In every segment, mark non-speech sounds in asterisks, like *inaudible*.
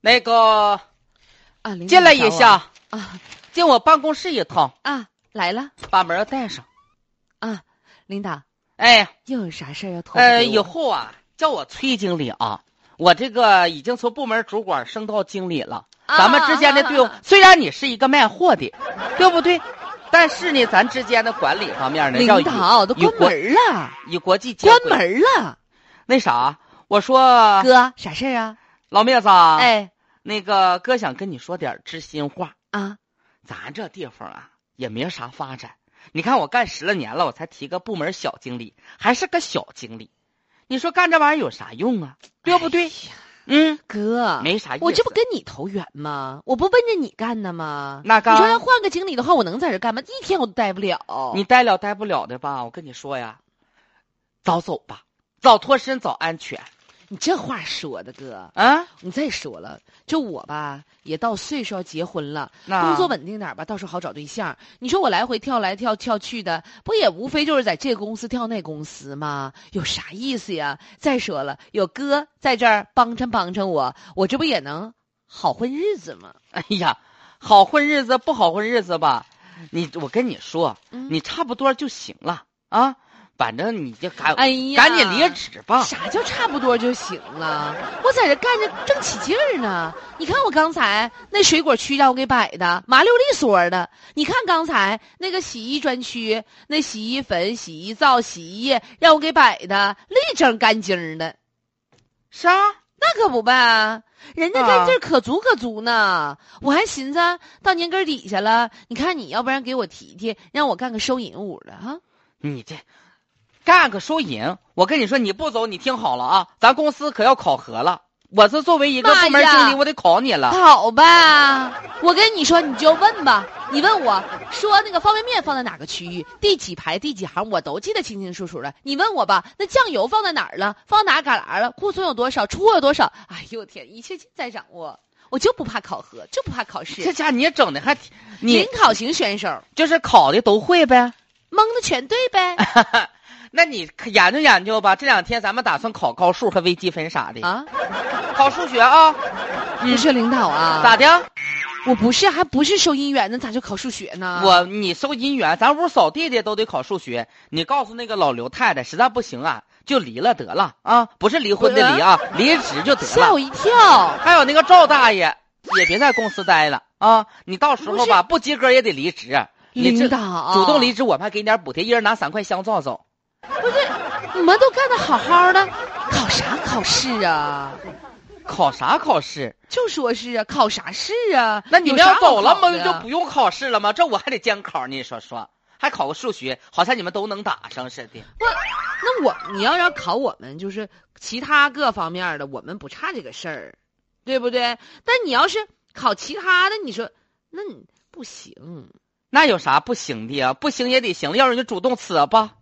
那个啊，领导进来一找下，我啊进我办公室一趟，啊，来了把门带上。啊，领导哎，又有啥事儿要托付给我？呃，以后啊，叫我崔经理啊。我这个已经从部门主管升到经理了，啊咱们之间的对付，啊虽然你是一个卖货的，对不对？但是呢，咱之间的管理方面呢，领要以导都以关国门了，以国际接关轨门了，那啥，我说哥啥事儿啊？老妹子啊，哎那个哥想跟你说点知心话，啊咱这地方啊也没啥发展。你看我干十来年了，我才提个部门小经理，还是个小经理。你说干这玩意儿有啥用啊？对不对？嗯，哥，没啥意思。哎我这不跟你投缘吗？我不奔着你干的吗？那你说要刚换个经理的话，我能在这干吗？一天我都待不了。你待了待不了的吧？我跟你说呀，早走吧，早脱身早安全你这话说的，哥，啊。你再说了，就我吧，也到岁数要结婚了，那工作稳定点儿吧，到时候好找对象。你说我来回跳来跳跳去的，不也无非就是在这公司跳那公司吗？有啥意思呀？再说了，有哥在这儿帮衬帮衬我，我这不也能好混日子吗？哎呀，好混日子不好混日子吧？你我跟你说，嗯你差不多就行了啊。反正你就赶、哎呀，赶紧离职吧。啥叫差不多就行了？我在这干着正起劲儿呢。你看我刚才那水果区让我给摆的麻溜利索的。你看刚才那个洗衣专区，那洗衣粉、洗衣皂、洗衣液让我给摆的立正干净儿的。啥？那可不呗，人家干劲儿可足可足呢。我还寻思到年根儿底下了，你看你要不然给我提提，让我干个收银屋的啊。你这干个收银，我跟你说，你不走，你听好了啊，咱公司可要考核了。我是作为一个妈呀部门经理，我得考你了。好吧，我跟你说，你就问吧。你问我说那个方便面放在哪个区域，第几排第几行，我都记得清清楚楚的。你问我吧，那酱油放在哪儿了，放哪旮旯了，库存有多少，出货有多少？ *laughs* 哎呦我天，一切尽在掌握。我就不怕考核，就不怕考这试，家你整的还挺，临你考型选手，就是考的都会呗。蒙的全对呗。哎那你可研究研究吧。这两天咱们打算考高数和微积分啥的，啊，考数学啊？不是领导啊，咋的？我不是，还不是收银员呢，咋就考数学呢？我你收银员，咱屋扫地的都得考数学。你告诉那个老刘太太，实在不行啊，就离了得了啊，不是离婚的离啊，离职就得吓我了。一跳。还有那个赵大爷，也别在公司待了啊，你到时候吧，不及格也得离职。你领这导啊主动离职，我们还给你点补贴，一人拿三块香皂走。你们都干得好好的，考啥考试啊？考啥考试？就说是啊，考啥试啊？那你们有啥要走了好吗考？的就不用考试了吗？这我还得监考，你说说，还考个数学，好像你们都能打上似的。那我你要要考我们，就是其他各方面的，我们不差这个事儿，对不对？但你要是考其他的，你说那你不行，那有啥不行的呀？不行也得行，要是你主动辞吧。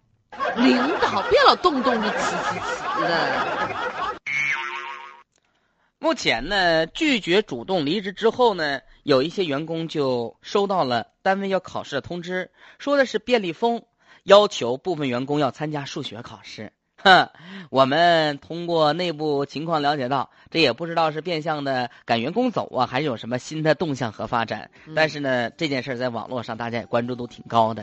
领导别老动不动就呲呲呲的。目前呢，拒绝主动离职之后呢，有一些员工就收到了单位要考试的通知，说的是便利蜂，要求部分员工要参加数学考试。哼，我们通过内部情况了解到，这也不知道是变相的赶员工走嗯啊，还是有什么新的动向和发展。但是呢，这件事儿在网络上大家也关注度挺高的。